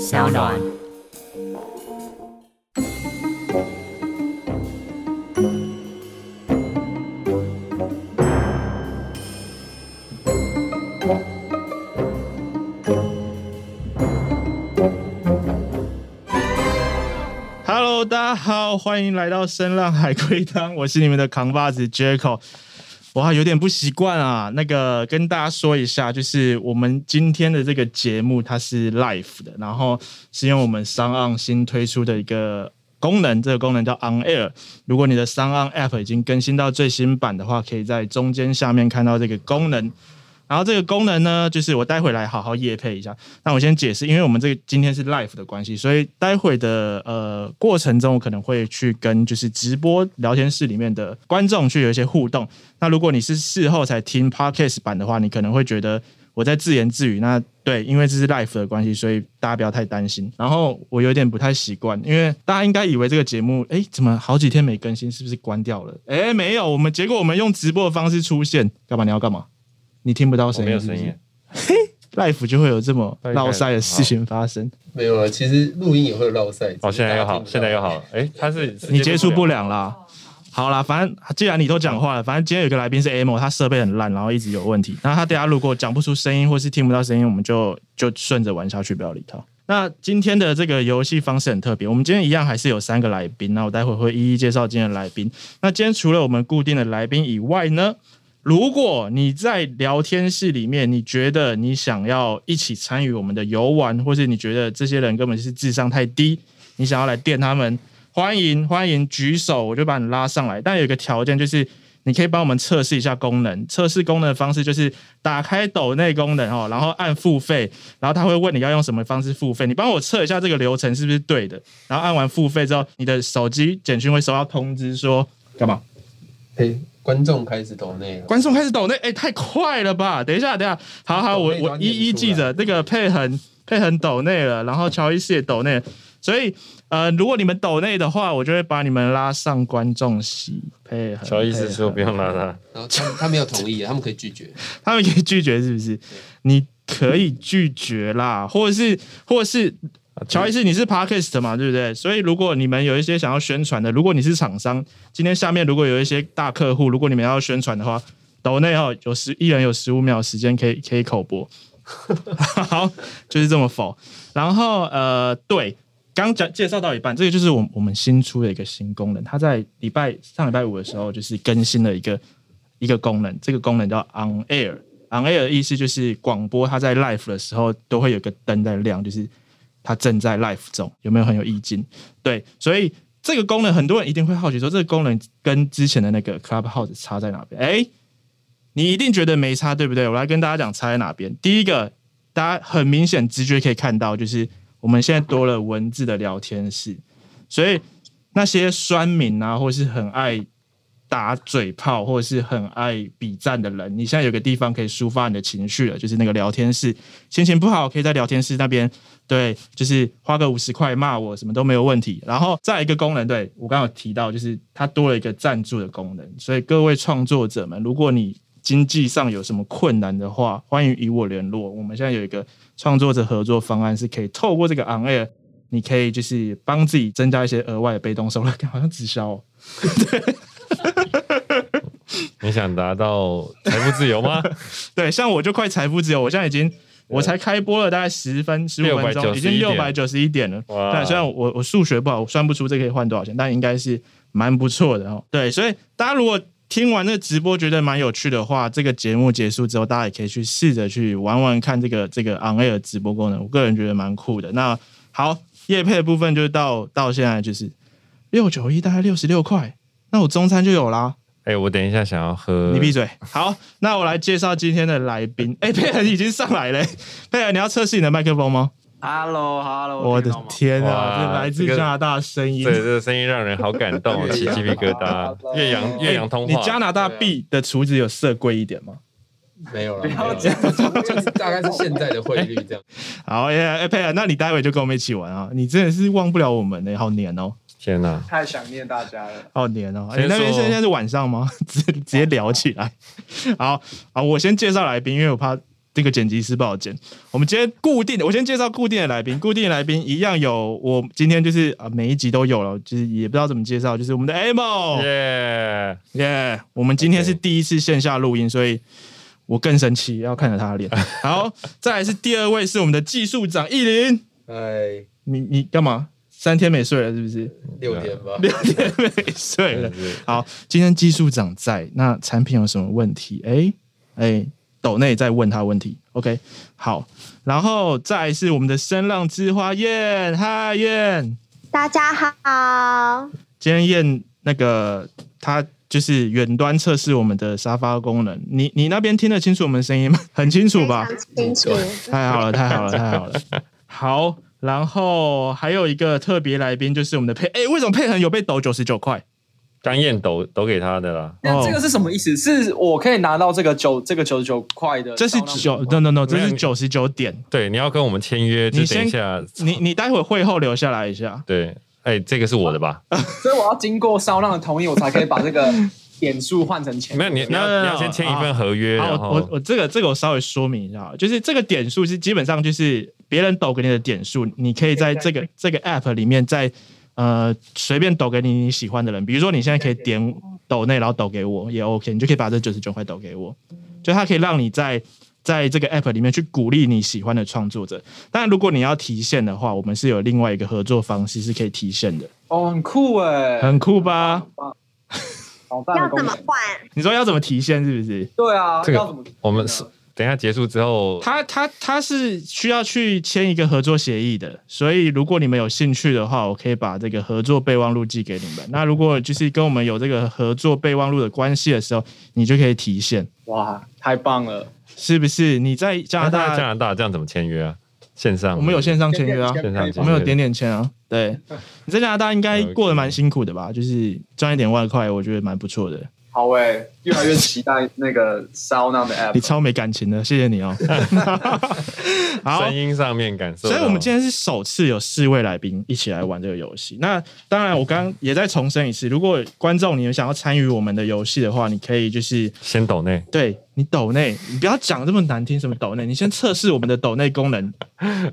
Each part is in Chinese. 小暖。 Hello，大家好，欢迎来到声浪海龟汤，我是你们的扛把子 Jaco。哇，有点不习惯啊。那个跟大家说一下，就是我们今天的这个节目它是 live 的，然后是用我们商岸新推出的一个功能，这个功能叫 On Air。如果你的商岸 App 已经更新到最新版的话，可以在中间下面看到这个功能。然后这个功能呢，就是我待会来好好夜配一下。那我先解释，因为我们这个今天是 live 的关系，所以待会的呃过程中，我可能会去跟就是直播聊天室里面的观众去有一些互动。那如果你是事后才听 podcast 版的话，你可能会觉得我在自言自语。那对，因为这是 live 的关系，所以大家不要太担心。然后我有点不太习惯，因为大家应该以为这个节目，哎，怎么好几天没更新，是不是关掉了？哎，没有，我们结果我们用直播的方式出现，干嘛？你要干嘛？你听不到声我音，没有声是不音是。life 就会有这么闹塞的事情发生，没有啊，其实录音也会有绕赛。哦，现在又只好，是现大在家又好了。哎，他是你接触不了，良啦。好啦，反正既然你都讲话了，反正今天有个来宾是 AMO，他设备很烂，然后一直有问题。那他等下如果讲不出声音或是听不到声音，我们就就顺着玩下去，不要理他。那今天的这个游戏方式很特别，我们今天一样还是有三个来宾，那我待会会一一介绍今天的来宾。那今天除了我们固定的来宾以外呢，如果你在聊天室里面，你觉得你想要一起参与我们的游玩，或是你觉得这些人根本是智商太低，你想要来电他们，欢迎欢迎举手，我就把你拉上来。但有一个条件就是，你可以帮我们测试一下功能。测试功能的方式就是打开抖内功能哦，然后按付费，然后他会问你要用什么方式付费，你帮我测一下这个流程是不是对的。然后按完付费之后，你的手机简讯会收到通知说干嘛？嘿，观众开始抖内了。观众开始抖内，哎、太快了吧！等一下，等一下，好好，我抖内我端一点一出来记着。那个佩恒，佩恒抖内了，然后乔伊斯也抖内了，所以呃，如果你们抖内的话，我就会把你们拉上观众席。佩恒，小意思说不佩恒用拉他，然后他们他没有同意，他们可以拒绝。 他们可以拒绝是不是？你可以拒绝啦，或者是，或者是乔伊斯，你是 podcast 嘛，对不对？所以如果你们有一些想要宣传的，如果你是厂商，今天下面如果有一些大客户，如果你们要宣传的话，抖内哦，有十一人有十五秒时间可以可以口播，好，就是这么否。然后呃，对，刚讲介绍到一半，这个就是我我们新出的一个新功能，它在礼拜上礼拜五的时候就是更新了一个一个功能，这个功能叫 on air。on air 的意思就是广播它在 live 的时候都会有个灯在亮，就是它正在 live 中，有没有很有意境？对，所以这个功能很多人一定会好奇说，这个功能跟之前的那个 Clubhouse 差在哪边？哎，你一定觉得没差，对不对？我来跟大家讲差在哪边。第一个，大家很明显直觉可以看到，就是我们现在多了文字的聊天室，所以那些酸民啊，或是很爱打嘴炮，或者是很爱比赞的人，你现在有个地方可以抒发你的情绪了，就是那个聊天室。心情不好可以在聊天室那边，对，就是花个五十块骂我，什么都没有问题。然后再来一个功能，对我刚刚有提到，就是它多了一个赞助的功能，所以各位创作者们，如果你经济上有什么困难的话，欢迎与我联络。我们现在有一个创作者合作方案，是可以透过这个 on air，你可以就是帮自己增加一些额外的被动收入， 好像直销、哦。 你想达到财富自由 吗？对，像我就快财富自由，我现在已经我才开播了大概十分十五分钟， 691已经六百九十一点了。哇对，虽然我我数学不好，我算不出这可以换多少钱，但应该是蛮不错的哦。对，所以大家如果听完那个直播觉得蛮有趣的话，这个节目结束之后，大家也可以去试着去玩玩看这个这个 on air 直播功能，我个人觉得蛮酷的。那好，夜配的部分就到到现在就是六九一，大概六十六块，那我中餐就有啦。哎，我等一下想要喝，你闭嘴。好，那我来介绍今天的来 宾。哎、佩恩已经上来了、佩恩，你要测试你的麦克风吗？ Hello Hello，我的哦听到吗天啊，哇这来自这加个拿大的声音。对，这个声音让人好感动 哦，越起洋鸡皮疙瘩。哎岳阳岳阳通哎你话，加拿啊大币的厨子有设贵一点吗？没有了，不没有要啦这样就是大概是现在的汇率 这样。好耶，哎、佩恩，那你待会就跟我们一起玩啊！你真的是忘不了我们呢、好黏哦，天哪！太想念大家了。好黏哦。先你、那边说现 在是晚上吗？直直接聊起来。好好，我先介绍来宾，因为我怕这个剪辑师不好剪。我们今天固定的，我先介绍固定的来宾，固定的来宾一样有，我今天就是啊、呃每一集都有了，就是也不知道怎么介绍，就是我们的哦 Amo，耶耶！我们今天是 OK 第一次线下录音，所以。我更生气，要看着他的 脸。好，再来是第二位，是我们的技术长意林。哎，你你干嘛？三天没睡了是不 是？六点吧，啊六天没睡了。好，今天技术长在，那产品有什么问题？哎、哎、斗内在问他问题。OK，好，然后再来是我们的声浪之花燕，嗨燕，大家好，今天燕那个他就是远端测试我们的沙发功能，你你那边听得清楚我们的声音吗？ 很清楚非吧常？清楚，太好了，太好了，太好了。好，然后还有一个特别来宾就是我们的佩，哎、为什么佩恒有被抖九十九块？哦刚燕抖抖给他的啦， 那这个是什么意思？是我可以拿到这个九这个九十九块的？这是九，no no no，这是九十九点。对，你要跟我们签约，就你等先一下，你你待会会后留下来一下。对，哎，这个是我的吧？所以我要经过骚浪的同意，我才可以把这 个点数换成钱。没有，你啊你要没有没有你要先签一份合约，好，然我我后我这个这个我稍微说明一下，就是这个点数是基本上就是别人抖给你的点数，你可以在这个这个 app 里面在呃随便抖给你你喜欢的人，比如说你现在可以点抖内，然后抖给我也 OK，你就可以把这九十九块抖给我，就它可以让你在。在这个 app 里面去鼓励你喜欢的创作者，当然如果你要提现的话，我们是有另外一个合作方式是可以提现的，哦，很酷哎，很酷吧？好大的要功怎么能。换？你说要怎么提现是不是？对啊，这个要怎么？我们是等一下结束之后，他他他是需要去签一个合作协议的，所以如果你们有兴趣的话，我可以把这个合作备忘录寄给你们。那如果就是跟我们有这个合作备忘录的关系的时候，你就可以提现，哇，太棒了！是不是？你在加拿那大，加拿大这样怎么签约啊？线上我们有线上签约啊，线上我签约们有点点签啊。 对，你在加拿大应该过得蛮辛苦的吧？就是赚一点外快，我觉得蛮不错的。好哎，越来越期待那个骚浪的你 app。超没感情的，谢谢你 哦。好，声音上面感受到。所以，我们今天是首次有四位来宾一起来玩这个游戏。那当然，我刚刚也再重申一次，如果观众你们想要参与我们的游戏的话，你可以就是先抖内，对你抖内，你不要讲这么难听什么抖内，你先测试我们的抖内功能。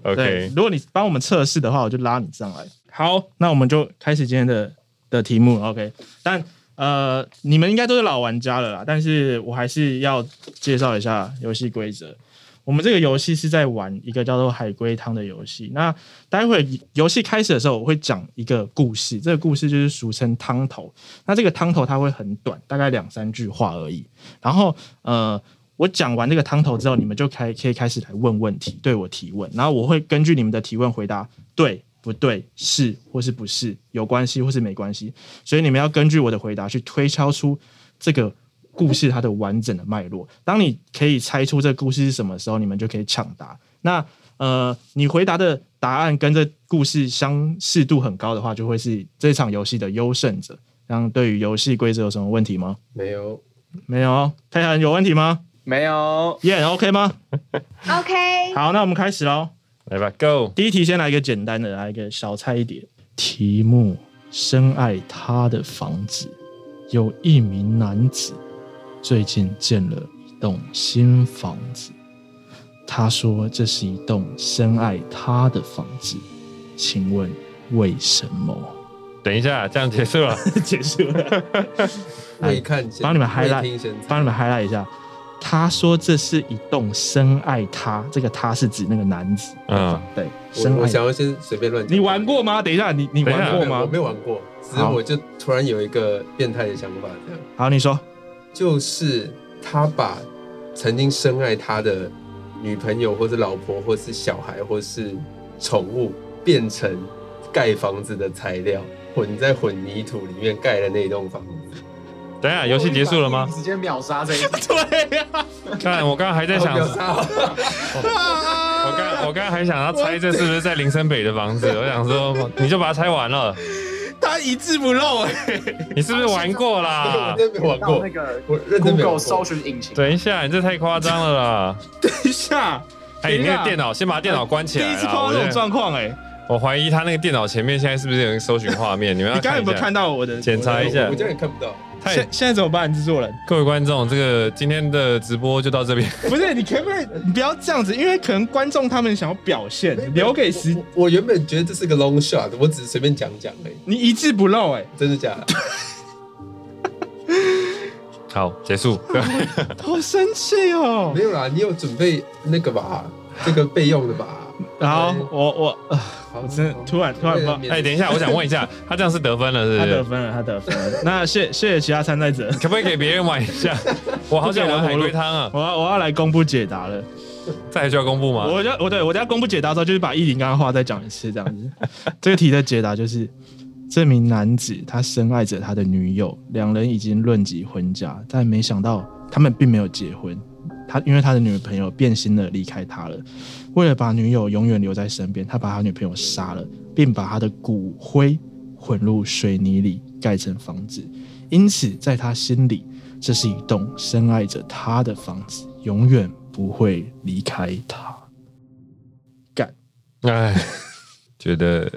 对 OK，如果你帮我们测试的话，我就拉你上来。好，那我们就开始今天的的题目。OK，但呃，你们应该都是老玩家了啦，但是我还是要介绍一下游戏规则。我们这个游戏是在玩一个叫做海龟汤的游戏。那待会游戏开始的时候，我会讲一个故事，这个故事就是俗称汤头。那这个汤头它会很短，大概两三句话而已。然后呃，我讲完这个汤头之后，你们就开可以开始来问问题，对我提问，然后我会根据你们的提问回答对不对、是或是不是、有关系或是没关系。所以你们要根据我的回答去推敲出这个故事它的完整的脉络。当你可以猜出这个故事是什么时候，你们就可以抢答。那呃，你回答的答案跟这故事相似度很高的话，就会是这场游戏的优胜者。这样对于游戏规则有什么问题吗？没有，没有，哦佩涵有问题吗？没有，耶、o k 吗？ OK，好，那我们开始喽。来吧，Go！第一题先来一个简单的，来一个小菜一碟。题目：深爱他的房子，有一名男子最近建了一栋新房子。他说这是一栋深爱他的房子，请问为什么？等一下，这样结束了。结束了，未看先哎帮你们 highlight 未听先猜帮你们 highlight 一下。他说这是一栋深爱他，这个他是指那个男子。嗯，对，深我我爱。想要先随便乱讲，你玩过吗？等一下，你你等一下玩过没有我吗？没有玩过，只是好我就突然有一个变态的想法，这样好，你说。就是他把曾经深爱他的女朋友，或是老婆，或是小孩，或是宠物，变成盖房子的材料，混在混凝土里面盖的那栋房子。等哎 一下，游戏结束了吗？直接秒杀 这一题。对呀、看，我刚刚 还在想，秒我杀！ 刚我刚刚还想要猜这是不是在林森北的 房子，我想说你就把它拆完了，他一字不漏哎、你是不是玩过啦 我？真的没玩到过那，个我认真没玩 Google 过。搜寻引擎，等一下，你这太夸张了啦！ 等一下，哎，你 等一那下个电脑先把电脑关起啊第来一次啦碰到这我种觉得状况哎，我怀疑他那个电脑前面现在是不是有一个搜寻画面？你们要你刚刚有看一没有看下。到我的检查一下我这样也看不到。太现现在怎么办，制作人？ 各位观众，这个今天的直播就到这边。不是，你可不可以你不要这样子？因为可能观众他们想要表现，留给时 我，我原本觉得这是个 long shot，我只是随便讲讲而已，你一字不漏 哎、真的假的？好，结 束。好生气哦没！有啦，你有准备那个吧？这个备用的吧？然后我我、呃、好我真的好突然突然不知道为了哎，等一下，我想问一下，他这样是得分了，是他不得是？分了，他得分了。那谢谢谢其他参赛者，可不可以给别人玩一下？我好想玩海龟汤啊！ 我要我要来公布解答了。这还需要公布吗？我要我对我等下公布解答的时候，就是把意林刚刚话再讲一次，这样子。这个题的解答就是： 这名男子他深爱着他的女友，两人已经论及婚嫁，但没想到他们并没有结婚。他因为他的女朋友变心了，离开他了。为了把女友永远留在身边，他把他女朋友杀了，并把他的骨灰混入水泥里盖成房子。因此，在他心里，这是一栋深爱着他的房子，永远不会离开他。哎，觉得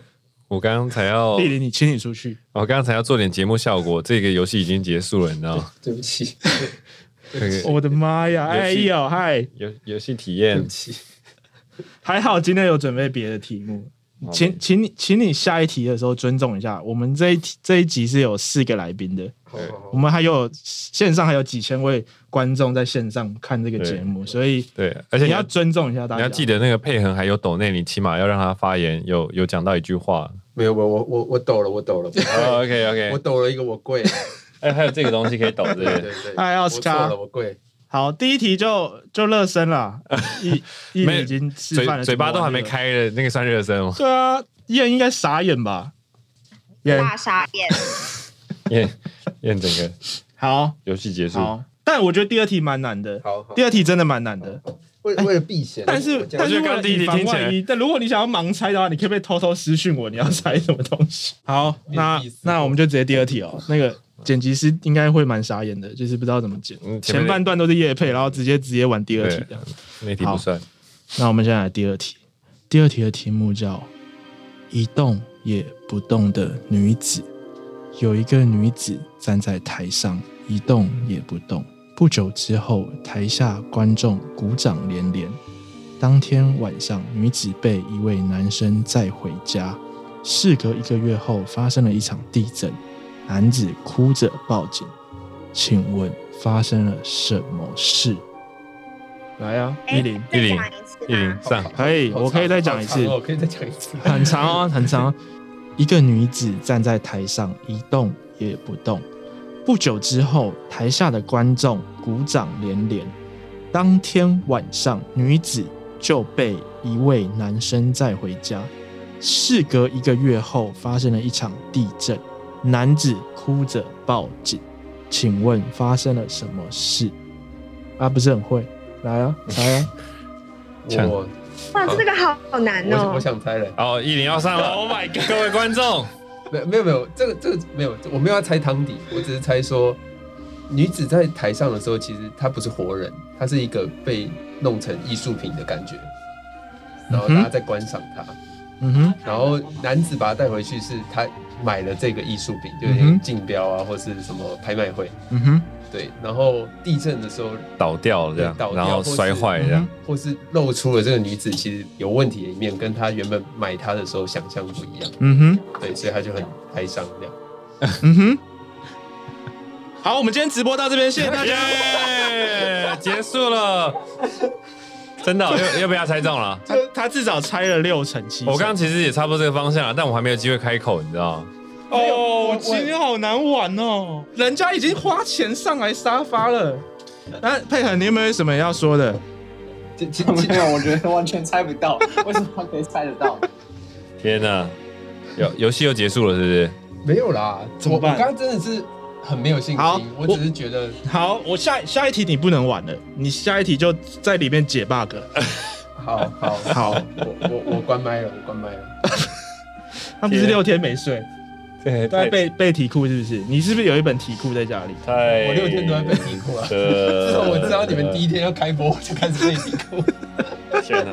我刚才要，丽 玲，你请你出去。我刚才要做点节目效果，这个游戏已经结束了，你知道吗？对不起，这个 我的妈呀！哎游戏呦嗨， 游游戏体对验不，起，还好今天有准备别的题目，好请请你请你下一题的时候尊重一下，我们这一题这一集是有四个来宾的，好好好我们还有线上还有几千位观众在线上看这个节目，所以对，而你且你要要尊重一下大家。你要记得那个配合还有抖内，你起码要让他发言，有有讲到一句 话。没有，我我我我抖了，我抖了，我哦 OK 跪我 OK，抖了一个，我跪。哎，还有这个东西可以抖，对 不对对？对对，哎我，Oscar 错了，我跪。好，第一题就就热身 了，一一没已经示嘴范了，嘴巴都还没。开的那个算 热身吗？对啊，燕应该傻眼吧？燕大傻眼，验验整个好游戏结束。好，但我觉得第二题蛮难的，好好第，二题真的蛮难的。为为了避嫌，但是我这样但是我觉得为刚了第一题以防听起来万一，但如果你想要盲猜的话，你可不可以偷偷私讯我你要猜什么东西？ 好，那意思那我们就直接第二题哦。那个剪辑师应该会蛮傻眼的，就是不知道怎么剪。嗯前面前半段都是夜配，然后直接直接玩第二题对这样。那题不算。那我们现在来第二题，第二题的题目叫“一动也不动的女子”。有一个女子站在台上，一动也不动。不久之后，台下观众鼓掌连连。当天晚上，女子被一位男生载回家。事隔一个月后，发生了一场地震，男子哭着报警。请问发生了什么事？来啊，哎依林。再一零讲一次一零吗？好上好可以好我可以长再讲一好长次哦我可以再讲一次。很长 哦，很长哦。一个女子站在台上一动也不动，不久之后，台下的观众鼓掌连连。当天晚上，女子就被一位男生载回家。事隔一个月后，发生了一场地震，男子哭着报警。请问发生了什么事？啊，不是很会，来啊，来啊！抢我哇，这个好好难我想哦我。想猜了，哦，一零要上了。Oh my god！各位观众，没有没有没有，这个这个没有，我没有要猜汤底，我只是猜说，女子在台上的时候，其实她不是活人，她是一个被弄成艺术品的感觉，然后大家在观赏她，嗯哼，然后男子把她带回去，是他买了这个艺术品，就有嗯哼点竞标啊，或是什么拍卖会，嗯哼，对，然后地震的时候，倒掉了这样对倒，掉然后摔坏这样。或是露出了这个女子其实有问题的一面，跟她原本买她的时候想象不一样，嗯哼。对，所以她就很哀伤这样。嗯哼。好，我们今天直播到这边，谢谢大家。耶，结束了。真的哦又又被他猜中了。他他至少猜了六成七成我刚刚其实也差不多这个方向了，啊但我还没有机会开口，你知道吗？哦，今天好难玩哦，人家已经花钱上来沙发了。那佩恒，你有没有什么要说的？这这没有，我觉得完全猜不到，为什么他可以猜得到？天哪，游游戏又结束了，是不是？ 没有啦，怎么办我我刚刚真的是很没有信好心，我只是觉得好，我下下一题你不能玩了，你下一题就在里面解 bug。好 好好，我我我关麦了，我关麦 了。他不是六天没睡，对，都在背背题库是不是？你是不是有一本题库在家里？太我 六天都在背题库啊自自从我知道你们第一天要开播，我就开始背题库。天哪！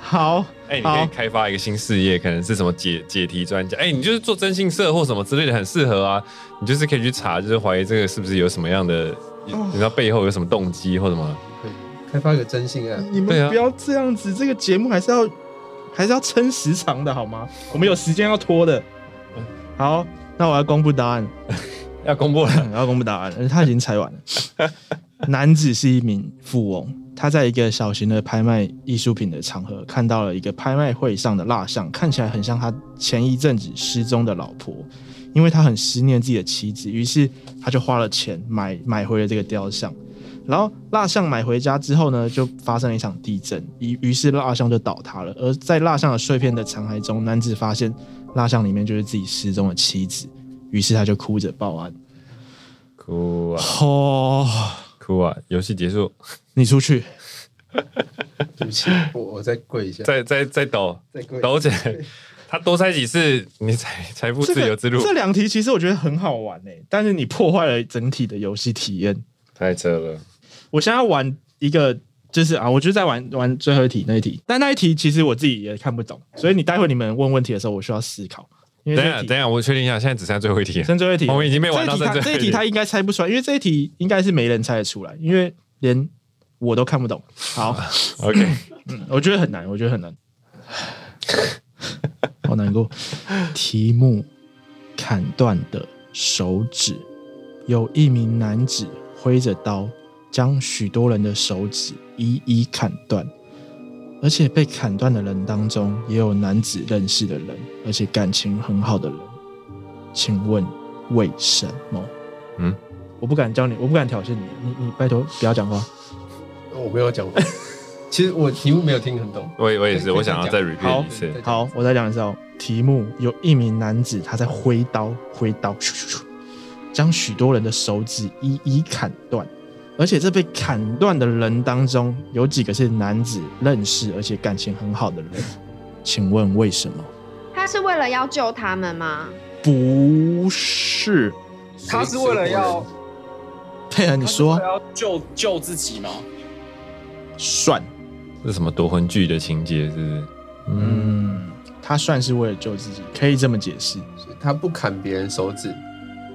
好，哎、你可好以开发一个新事业，可能是什么解解题专家。哎、你就是做征信社或什么之类的，很适合啊。你就是可以去查，就是怀疑这个是不是有什么样的，你知道背后有什么动机或什么。 开发一个真心 app，你对们啊不要这样子，这个节目还是要还是要撑时长的好吗？我们有时间要拖的。嗯好，那我要公布答案，要公布了，我 要公布答案，而且他已经猜完了。 男子是一名富翁，他在一个小型的拍卖艺术品的场合看到了一个拍卖会上的蜡像，看起来很像他前一阵子失踪的老婆。因为他很思念自己的妻子，于是他就花了钱买买回了这个雕像。然后蜡像买回家之后呢，就发生了一场地震，于于是蜡像就倒塌了。而在蜡像的碎片的残骸中，男子发现蜡像里面就是自己失踪的妻子，于是他就哭着报案。哭啊哦，哭啊！游戏结束，你出去， 对不起，我我再跪一下，再再再抖再跪一下。抖起来。他多猜几次，你财财富这自个由之路这两题其实我觉得很好玩诶、但是你破坏了整体的游戏体验。太扯了。我现在要玩一个，就是啊，我就在玩玩最后一题那一题，但那一题其实我自己也看不懂，所以你待会你们问问题的时候，我需要思考。因等为这一下一等题，一下，我确定一下，现在只剩下最后一题 了。剩最后一题，我们已经被这玩一到题剩他最后这一一题题他应该猜不出来，因为这一题应该是没人猜得出来，因为连我都看不懂。 好， OK，嗯我觉得很难，我觉得很难，好难过。题目：砍断的手指。有一名男子挥着刀，将许多人的手指一一砍断，而且被砍断的人当中也有男子认识的人，而且感情很好的人。请问为什么？嗯，我不敢教你，我不敢挑衅你，你你拜托不要讲话。哦我没有讲过，其实我题目没有听很懂。我也我也可是，以我想要再可以 repeat 一对次对。好，我再讲一次哦。题目有一名男子，他在挥刀，挥刀，咻咻咻，将许多人的手指一一砍断，而且这被砍断的人当中，有几个是男子认识而且感情很好的人。请问为什么？他是为了要救他们吗？不是，他是为了要，佩恩，你说他是为了要救救自己吗？算？是什么夺魂剧的情节？是不是？嗯，嗯，他算是为了救自己，可以这么解释。所以他不砍别人手指，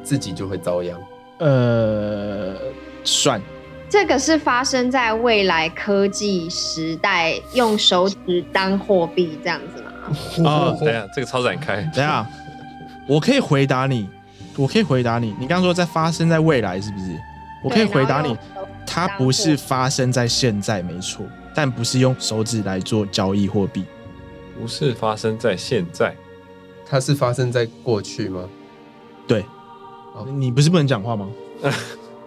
自己就会遭殃。呃，算。这个是发生在未来科技时代，用手指当货币这样子吗？哦等一下，这个超展开。等一下，我可以回答你，我可以回答你。你刚刚说在发生在未来是不是？我可以回答你对，然后用它不是发生在现在，没错，但不是用手指来做交易货币。不是发生在现在，它是发生在过去吗？对哦，你不是不能讲话吗？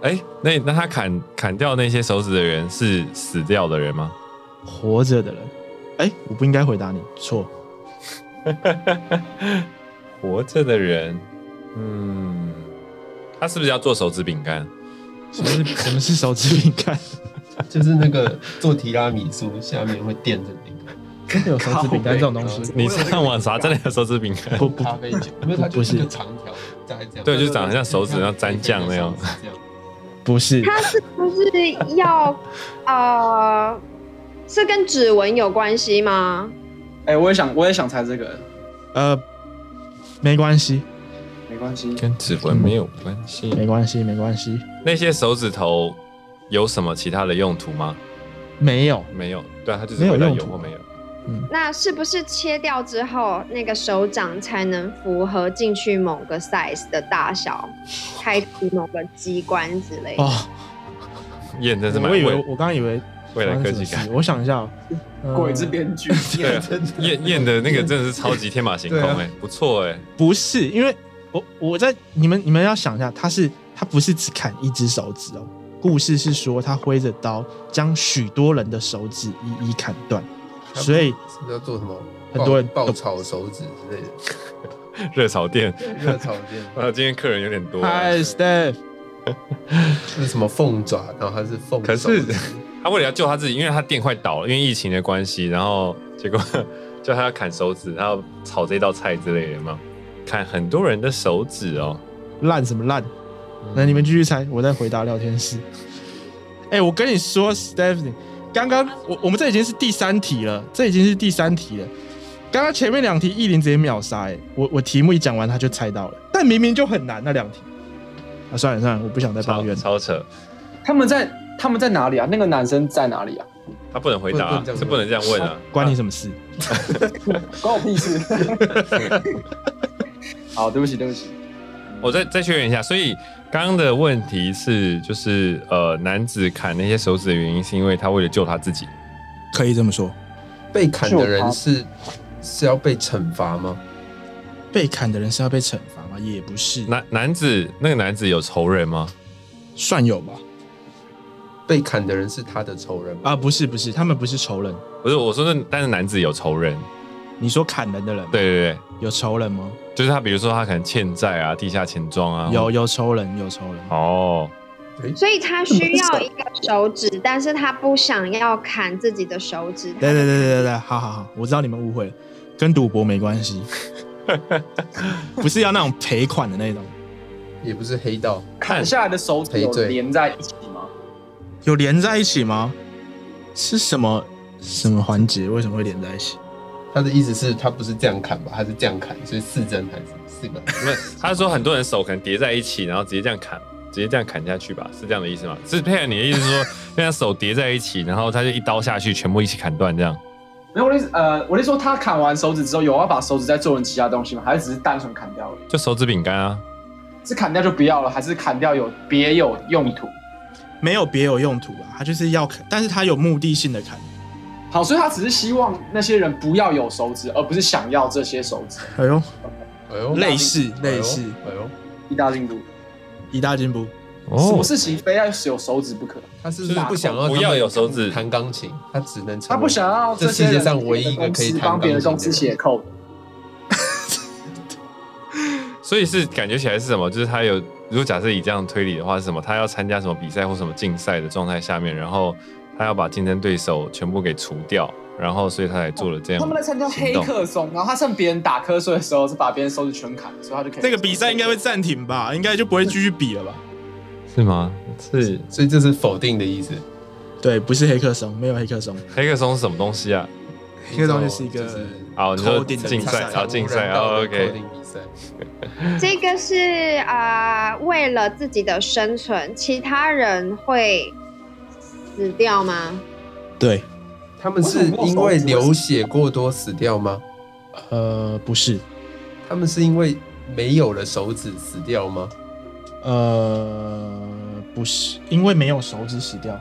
哎、那那他砍砍掉那些手指的人是死掉的人吗？活着的人，哎，我不应该回答你，错。活着的人，嗯，他是不是要做手指饼干？什 么是什么是手指饼干？就是那个做提拉米苏下面会垫着那个真的有手指饼干这种东西？你上网查，真的有手指饼干？哦不不，咖啡酒，没有，它不就是是一个长条，大概这样。对就是长得像手指然后沾酱那样这样。不是，它是不是要呃，是跟指纹有关系吗？哎、我也想，我也想猜这个，呃，没关系，没关系。跟指纹没有关系。没关系，没关系，那些手指头有什么其他的用途吗？没有，没有，对、啊，他就是没有回答用有途或没有。那是不是切掉之后，那个手掌才能符合进去某个 size 的大小，开启某个机关之类的？哦。验真是蛮我以为未我刚刚以为未来科发生技什么感事，我想一下哦，呃鬼子编 剧，对啊，验验的那个真的是超级天马 行空对啊哎、不错哎、不是，因为我我在你们你们要想一下，他是他不是只砍一只手指哦。故事是说他挥着刀将许多人的手指一一砍断，它所以是不是要做什么？很多人爆都爆炒手指之 类的，热炒店，热炒店，啊，今天客人有点多、啊嗨 Steph，就是什么凤爪，然后它是凤可手指。是他为了要救他自己，因为他店快倒了，因为疫情的关系，然后结果 叫他要砍手指，然后炒这道菜之类的嘛，砍很多人的手指哦。烂什么烂？那你们继续猜，我在回答聊天室。哎、我跟你说，Stephanie，刚刚我我们这已经是第三题了，这已经是第三题了。刚刚前面两题意林直接秒杀，哎，我我题目一讲完他就猜到了，但明明就很难那两题。啊，算了算了，我不想再抱超怨了。超扯，他们在他们在哪里啊？那个男生在哪里啊？他不能回答啊，不能这样这不能这样问啊。关你什么事？关我屁事。 好，对不起，对不起。我再再确认一下，所以刚刚的问题是，就是呃，男子砍那些手指的原因，是因为他为了救他自己。可以这么说，被砍的人是是要被惩罚吗？被砍的人是要被惩罚吗？也不是，男男子那个男子有仇人吗？算有吧？被砍的人是他的仇人吗？啊，不是不是，他们不是仇人。不是，我说那但是男子有仇人，你说砍人的人，，对对对，有仇人吗？就是他，比如说他可能欠债啊，地下钱庄啊，有有仇人，有仇人。哦，所以他需要一个手指，但是他不想要砍自己的手指。对对对对对对，好好好，我知道你们误会了，跟赌博没关 系，不是要那种赔款的那种，也不是黑道，砍下来的手指有赔罪连在一起吗？有连在一起吗？是什么什么环节？为什么会连在一起？他的意思是，他不是这样砍吧？他是这样砍，所以四针还是四 个？没有，他说很多人手可能叠在一起，然后直接这样砍，直接这样砍下去吧，是这样的意思吗？是佩然你的意思是说， 让他手叠在一起，然后他就一刀下去，全部一起砍断这样？没有，我的意思呃，我的意思说他砍完手指之后，有要把手指再做成其他东西吗？还是只是单纯砍掉了？就手指饼干啊，是砍掉就不要了，还是砍掉有别有用途？没有别有用途吧，他就是要砍，但是他有目的性的砍，好，所以他只是希望那些人不要有手指，而不是想要这些手指。哎呦，哎呦，类似哎呦类似，哎呦，一大进度，一大进步，什么哦，事情非要有手指不可？他是不就是是不想要不他们要有手指弹钢琴？他只能成他为不想要这些世人界上唯一一个公可以司弹帮别的钢公琴司的写人扣的。所以是感觉起来是什么？就是他有，如果假设以这样推理的话，是什么？他要参加什么比赛或什么竞赛的状态下面，然后他要把竞争对手全部给除掉，然后所以他才做了这样。哦他们在参加黑客松，然后他趁别人打瞌睡的时候，是把别人手指全砍，所以他就可以。这个比赛应该会暂停吧，应该就不会继续比了吧？是吗？是所以这是否定的意思。对，不是黑客松，没有黑客松，黑客松是什么东西啊？黑客松就是一个就是哦，你说头顶的竞赛比赛啊，竞赛啊哦，OK，比赛，这个是啊、呃为了自己的生存，其他人会死掉吗？对，他们是因为流血过多死掉吗？呃，不是，他们是因为没有了手指死掉吗？呃，不是，因为没有手指死掉，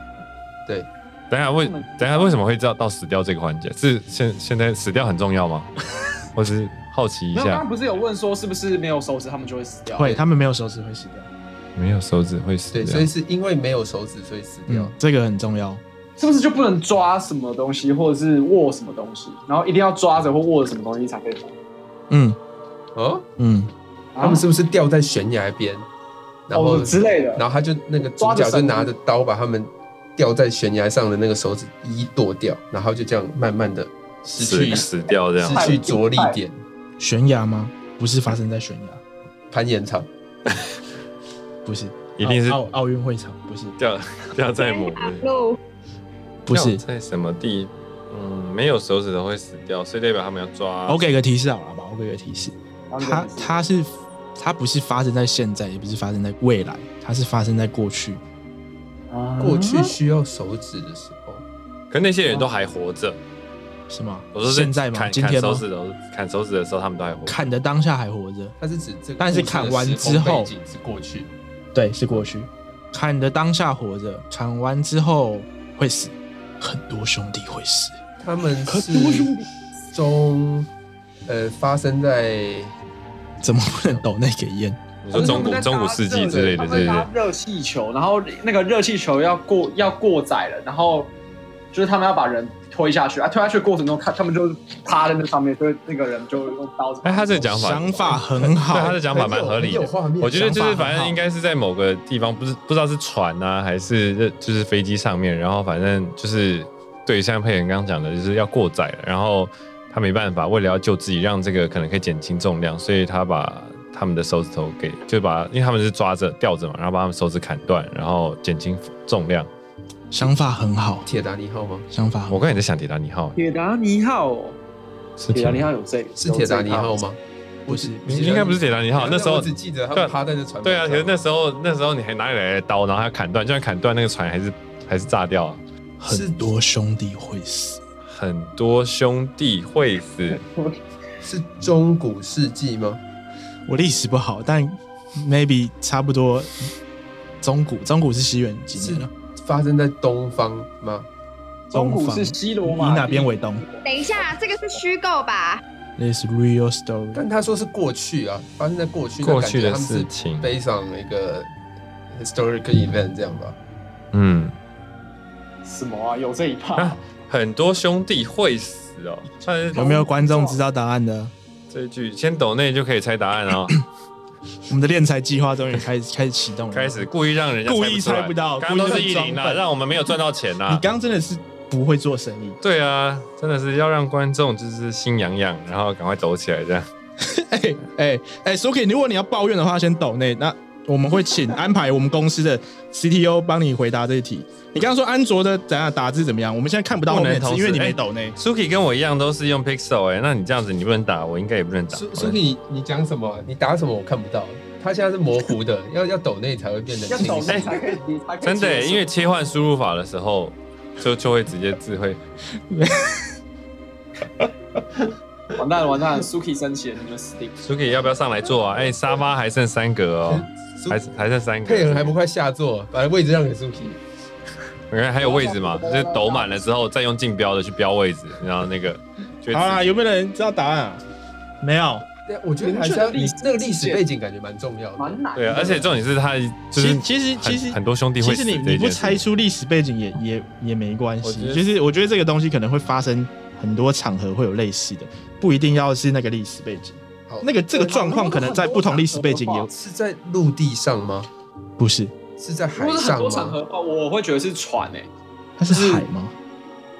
对，等一下为等一下为什么会到到死掉这个环节？是现现在死掉很重要吗？我只是好奇一没有，刚下刚，不是有问说是不是没有手指他们就会死掉？会，他们没有手指会死掉，没有手指会死对，掉，所以是因为没有手指所以死掉嗯。，这个很重要。是不是就不能抓什么东西，或者是握什么东西，然后一定要抓着或握着什么东西才可以抓？嗯哦，嗯，他们是不是掉在悬崖边，然后哦之类的然后他就那个主抓着角绳子就拿着刀把他们吊在悬崖上的那个手指一一剁掉，然后就这样慢慢的失死去失死掉这样。去着力点，悬崖吗？不是发生在悬崖，攀岩场。不是，一定是奥奥奥运会场，不是，掉掉在某马个嗯路不是掉。在什么地？嗯，没有手指都会死掉，所以代表他们要抓。我给个提示好了，好吧，我给个提示，然后就它它是它不是发生在现在，也不是发生在未来，它是发生在过去。啊过去需要手指的时候，可那些人都还活着。是吗？我说是现在吗？砍今砍天手吗？指头，砍手指的时候，他们都还活着。砍的当下还活着，它是指这个故但事的时空背景，是砍完之后是过去，对，是过去。砍的当下活着，砍完之后会死，很多兄弟会死。他们是中呃发生在怎么不能抖那给烟？哦你说中古中古世纪之类的，他对们不对搭？热气球，然后那个热气球要过要过载了，然后就是他们要把人推下去啊，推下去的过程中，看他们就趴在那上面，所以那个人就用刀子。哎，他这个讲法，想法很好， 对他的讲法蛮合理很有的。画面。我觉得就想是法很反正好应该是在某个地方，不是不知道是船啊还是这就是飞机上面，然后反正就是对，像佩妍刚刚讲的，就是要过载了，然后他没办法，为了要救自己，让这个可能可以减轻重量，所以他把他们的手指头给就把，因为他们是抓着吊着嘛，然后把他们手指砍断，然后减轻重量。想法很好，铁达尼号吗？想法我刚才也在想铁达尼号，铁达尼号哦，是铁达尼号有这，是铁达尼号有这一套？吗？不是应应该不是铁达尼号，但那时候我只记得他们趴在那船。对啊，可是那时候那时候你还哪里来的刀，然后还要砍断，就算砍断那个船还是还是炸掉啊。很多兄弟会死，很多兄弟会死，是中古世纪吗？我历史不好，但 maybe 差不多。中古中古是西元几是年啊了？发生在东方吗？中古东是方西罗马，以哪边为东等一下，这个是虚构吧？ ？This real story。但他说是过去啊，发生在过去，过去的那感觉他事们是情。背上一个 historical event 这样吧。嗯，什么啊？有这一趴啊？很多兄弟会死哦。算是有没有观众知道答案的？这一句，先抖内就可以猜答案哦。 我们的练财计划终于开始开始启动了。开始故意让人家故意出来猜不到刚刚都故是意意在林装啦，笨让我们没有赚到钱你啦。刚真的是不会做生意。 对啊，真的是要让观众就是心痒痒，然后赶快抖起来这样。哎哎哎，Suki，如果你要抱怨的话，先抖内。那我们会请安排我们公司的 CTO 帮你回答这一题。你刚刚说安卓的怎样打字怎么样？我们现在看不到后面的不能字，同因为时你哎没抖内。 Suki 跟我一样都是用 Pixel 哎、那你这样子你不能打，我应该也不能打。苏苏你你讲什么？你打什么？我看不到。啊他现在是模糊的， 要要抖内才会变得要清抖晰。内才可以，你才可以 真的欸、接受因为切换输入法的时候，就就会直接智慧。完蛋了完蛋了，Suki 生气了，你们死定了。 Suki 要不要上来坐啊？哎、沙发还剩三格 哦，苏还还剩三格。佩恩还不快下座，把位置让给苏 k 我看还有位置嘛，就是抖满了之后再用竞标的去标位置，然后那个就会好啊啦，自己有没有人知道答案啊？没有。我觉得还是要明确的历史那个历史背景感觉蛮重要的。蛮难的。对啊，而且重点是他就其是其实很其实很多兄弟其会实死你这你一不件事呃猜出历史背景也也也没关我系觉，得就是我觉得这个东西可能会发生很多场合会有类似的，不一定要是那个历史背景好。那个这个状况可能在不同历史背景也是在陆地上吗？不是，是在如海果是很上多场吗？合的话，我会觉得是船诶、它是海吗？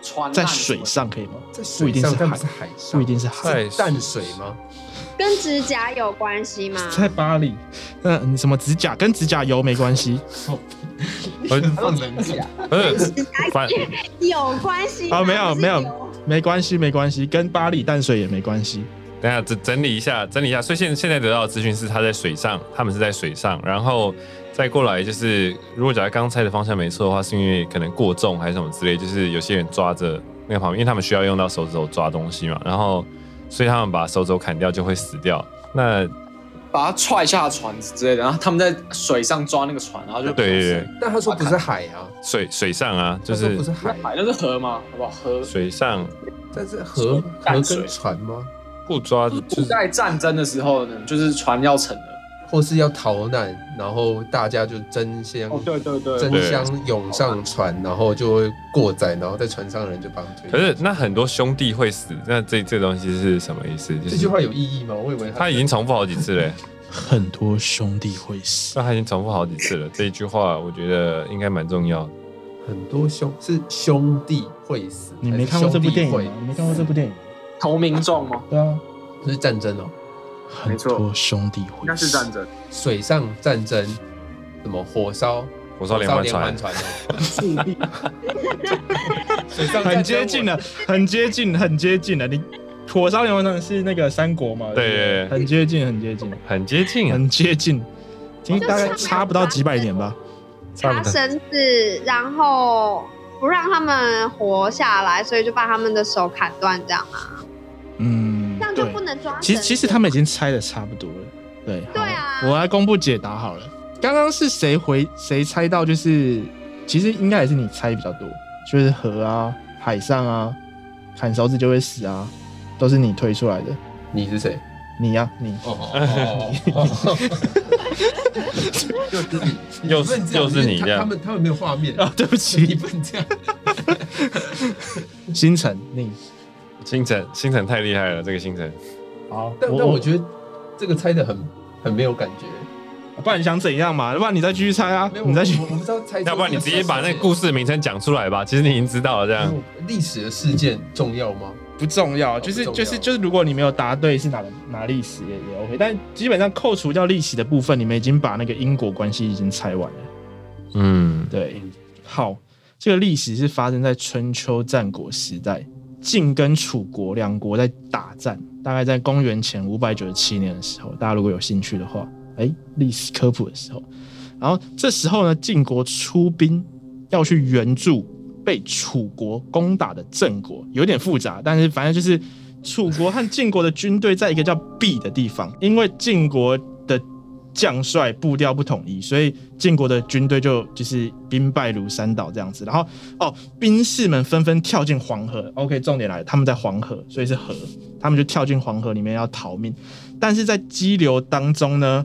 船在难水上可以吗？在不水一定上，是但海不是，海上，不一定是海。在是淡水吗？跟指甲有关 系吗？在巴黎，嗯，你什么指甲跟指甲油没关系 我放冷气啊！不是反有关系啊吗没有不是没有没关系，没关系，跟巴黎淡水也没关系。等一下整整理一下，整理一下。所以现现在得到的资讯是他在水上，他们是在水上，然后再过来就是，如果假如刚猜的方向没错的话，是因为可能过重还是什么之类，就是有些人抓着那个旁边，因为他们需要用到手指头抓东西嘛，然后所以他们把手指头砍掉就会死掉。那把它踹下船之类的，然后他们在水上抓那个船，然后就对对对，但他说不是海啊，水水上啊，就他说是不是海，海那是河吗？好不好？河水上但是河河淡水跟船吗？不抓就古是代战争的时候呢，就是船要沉了。或是要逃难，然后大家就争相哦，对对对，争相涌上船，然后就会过载，然后在船上的人就帮推。可是那很多兄弟会死，那这这东西是什么意思？就是这句话有意义吗？我以为他已经重复好几次嘞，很多兄弟会死，那 他已经重复好几次了。这一句话我觉得应该蛮重要的。很多兄是兄弟会死，你没看过这部电影还是吗兄？弟你没看过这部电影？同民众吗？会？对啊，这是战争哦，很没错多兄弟会应该是死，战争，水上战争，什么火烧火烧连环船，船哦， 水上很接近的。了，很接近，很接近了。你火烧连环船是那个三国嘛？对对不对，很接近，很接近，很接嗯近啊。很接近，其实大概差不到几百年吧。差插不多绳子，然后不让他们活下来，所以就把他们的手砍断，这样吗？嗯这样，就对不。能抓绳子。其实其实他们已经猜的差不多了。对，好对啊我来公布解答好了。刚刚是谁回谁猜到？就是其实应该也是你猜比较多，就是河啊、海上啊、砍手指就会死啊，都是你推出来的。你是谁？你呀、你哦哦哦，又是你，又是又是你这样他们他们没有画面，啊、对不你起，不能这样。星辰，你星辰，星辰太厉害了，这个星辰。好 但但我觉得这个猜的很很没有感觉。不然你想怎样嘛？不然你再继续猜啊没有，，你再去我我不知道猜。 要不然你直接把那个故事名称讲出来吧。其实你已经知道了，这样历史的事件重要吗？不重要，就是不重要就是就是，如果你没有答对是哪个哪历史也也 OK，但基本上扣除掉历史的部分，你们已经把那个因果关系已经猜完了。嗯，对，好，这个历史是发生在春秋战国时代，晋跟楚国两国在打战，大概在公元前五百九十七年的时候，大家如果有兴趣的话，哎，历史科普的时候，然后这时候呢，晋国出兵要去援助被楚国攻打的郑国，有点复杂，但是反正就是楚国和晋国的军队在一个叫毕的地方，因为晋国的将帅步调不统一，所以晋国的军队就就是兵败如山倒这样子。然后哦，兵士们纷纷跳进黄河。OK，重点来了，他们在黄河，所以是河，他们就跳进黄河里面要逃命。但是在激流当中呢，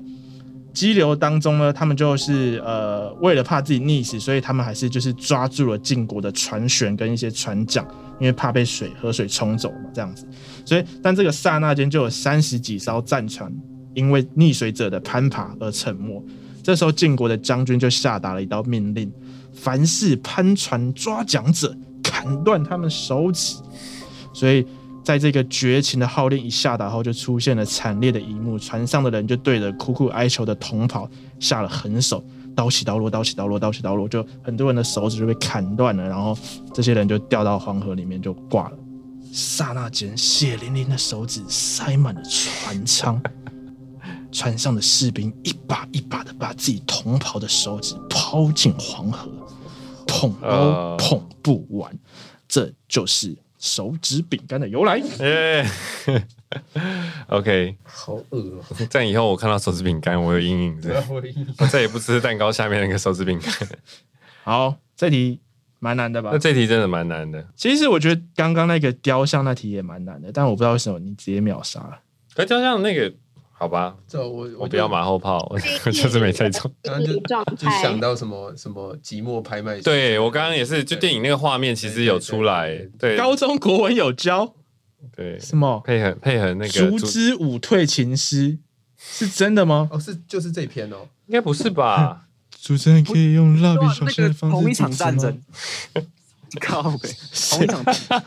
激流当中呢，他们就是呃，为了怕自己溺死，所以他们还是就是抓住了晋国的船舷跟一些船桨，因为怕被水河水冲走嘛，这样子。所以，但这个刹那间就有三十几艘战船因为溺水者的攀爬而沉没。这时候，晋国的将军就下达了一道命令：凡是攀船抓桨者，砍断他们手指。所以，在这个绝情的号令一下达后，就出现了惨烈的一幕：船上的人就对着苦苦哀求的同袍下了狠手，刀起刀落，刀起刀落，刀起刀落，就很多人的手指就被砍断了，然后这些人就掉到黄河里面就挂了。刹那间，血淋淋的手指塞满了船舱，船上的士兵一把一把的把自己同袍的手指抛进黄河，捧都呃捧不完。这就是手指饼干的由来。嗯耶、OK，好恶哦、这样以后我看到手指饼干，我有阴影 啊的，我再也不吃蛋糕下面那个手指饼干。好，这题蛮难的吧那？这题真的蛮难的，其实我觉得刚刚那个雕像那题也蛮难的，但我不知道为什么你直接秒杀了。可就像那个，好吧，这我 我不要嘛，马后炮，我 我就是没猜中。刚刚就状就态想到什么什么寂寞拍卖。对我刚刚也是，就电影那个画面其实有出来，对高中国文有教对，什么？配合配合那个熟主，知舞退情诗是真的吗？哦，是就是这篇哦，应该不 是吧？主持人可以用蜡笔小那新的个方式同一场主持吗战争，，靠北，同一场战争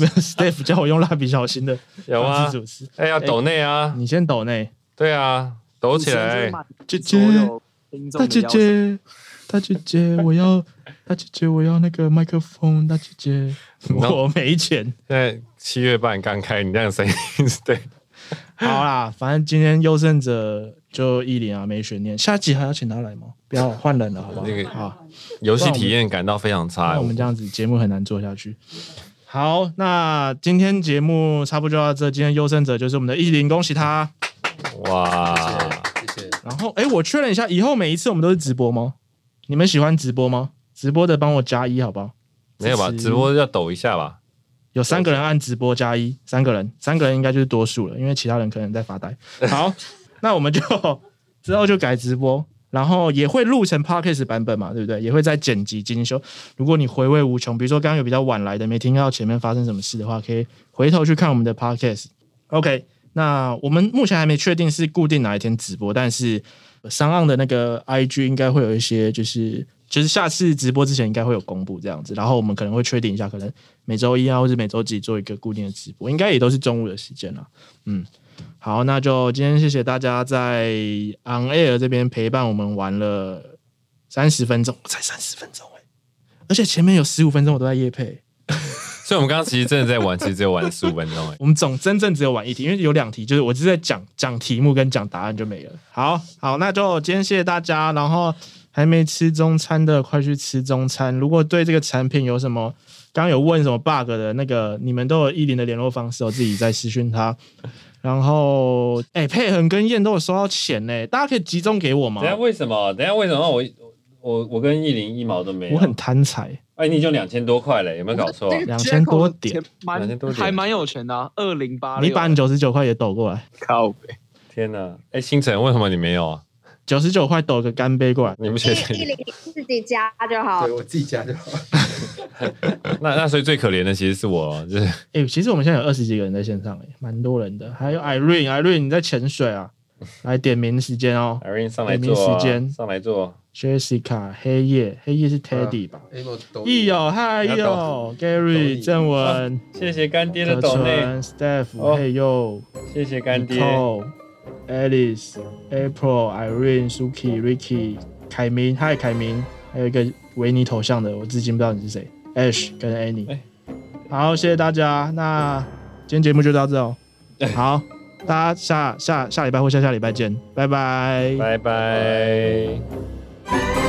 没有 Steph 叫我用蜡笔小新的有啊方式主持。哎呀，抖内啊，你先抖内，对啊，抖起来，姐所姐，有听众大的姐邀请姐，大姐姐， 我要大姐姐，我要那个麦克风，大姐姐， No 我没钱。现在七月半刚开，你这样声音 对，好啦，反正今天优胜者就意林啊，没悬念。下集还要请他来吗？不要换人了，好不好？那个啊，游戏体验感到非常差那我。们这样子节目很难做下去。好，那今天节目差不多就到这。今天优胜者就是我们的意林，恭喜他。哇，谢谢。然后，哎，我确认一下，以后每一次我们都是直播吗？你们喜欢直播吗？直播的帮我加一，好不好？没有吧？支持直播要抖一下吧？有三个人按直播加一，三个人，三个人应该就是多数了，因为其他人可能在发呆。好，那我们就 之后就改直播，然后也会录成 podcast 版本嘛，对不对？也会在剪辑精修。如果你回味无穷，比如说刚刚有比较晚来的，没听到前面发生什么事的话，可以回头去看我们的 podcast。OK，那我们目前还没确定是固定哪一天直播，但是呃商岸的那个 IG 应该会有一些，就是就是下次直播之前应该会有公布这样子，然后我们可能会确定一下，可能每周一啊，或是每周几做一个固定的直播，应该也都是中午的时间了。嗯，好，那就今天谢谢大家在 On Air 这边陪伴我们玩了三十分钟，才三十分钟哎、而且前面有十五分钟我都在夜配、所以我们刚刚其实真的在玩，其实只有玩十五分钟哎。 我们总真正只有玩一题，因为有两题，就是我只是在讲讲题目跟讲答案就没了。好好，那就今天谢谢大家，然后还没吃中餐的快去吃中餐。如果对这个产品有什么，刚刚有问什么 bug 的那个，你们都有依林的联络方式，我自己在私讯他。 然后，哎、佩恒跟燕都有收到钱呢，大家可以集中给我吗等？一下为什么？等一下为什么我我我跟一零一毛都没有？我很贪财，哎，你就两千多块嘞，有没有搞错啊？两千多点，蛮两千多点还蛮有钱的、啊，二零八你把你九十九块也抖过来，靠北，天哪！哎，星辰，为什么你没有啊？九十九块抖个干杯过来。你不觉 一一得？零自己加就好对。我自己加就好。那那所以最可怜的其实是我，就是哎、其实我们现在有二十几个人在线上、哎，蛮多人的。还有 Irene，Irene 你在潜水啊？来点名时间哦 Irene 上来坐、没时啊，间上来坐。 ，Jessica，黑夜，黑夜是 Teddy 吧？？E 哎，我抖易音友，嗨易啊你友要抖，Gary，抖正文，谢谢干爹德的抖内，纯，Steph，哦嘿呦谢谢干爹。 ，Nicole，Alice，April，Irene，Suki，Ricky，凯明，嗨凯明，还有一个维尼头像的，我至今不知道你是谁，Ash 跟 Annie 哎。好，谢谢大家，那今天节目就到 这哦。好，大家下下下礼拜或下下礼拜见，拜拜。拜拜。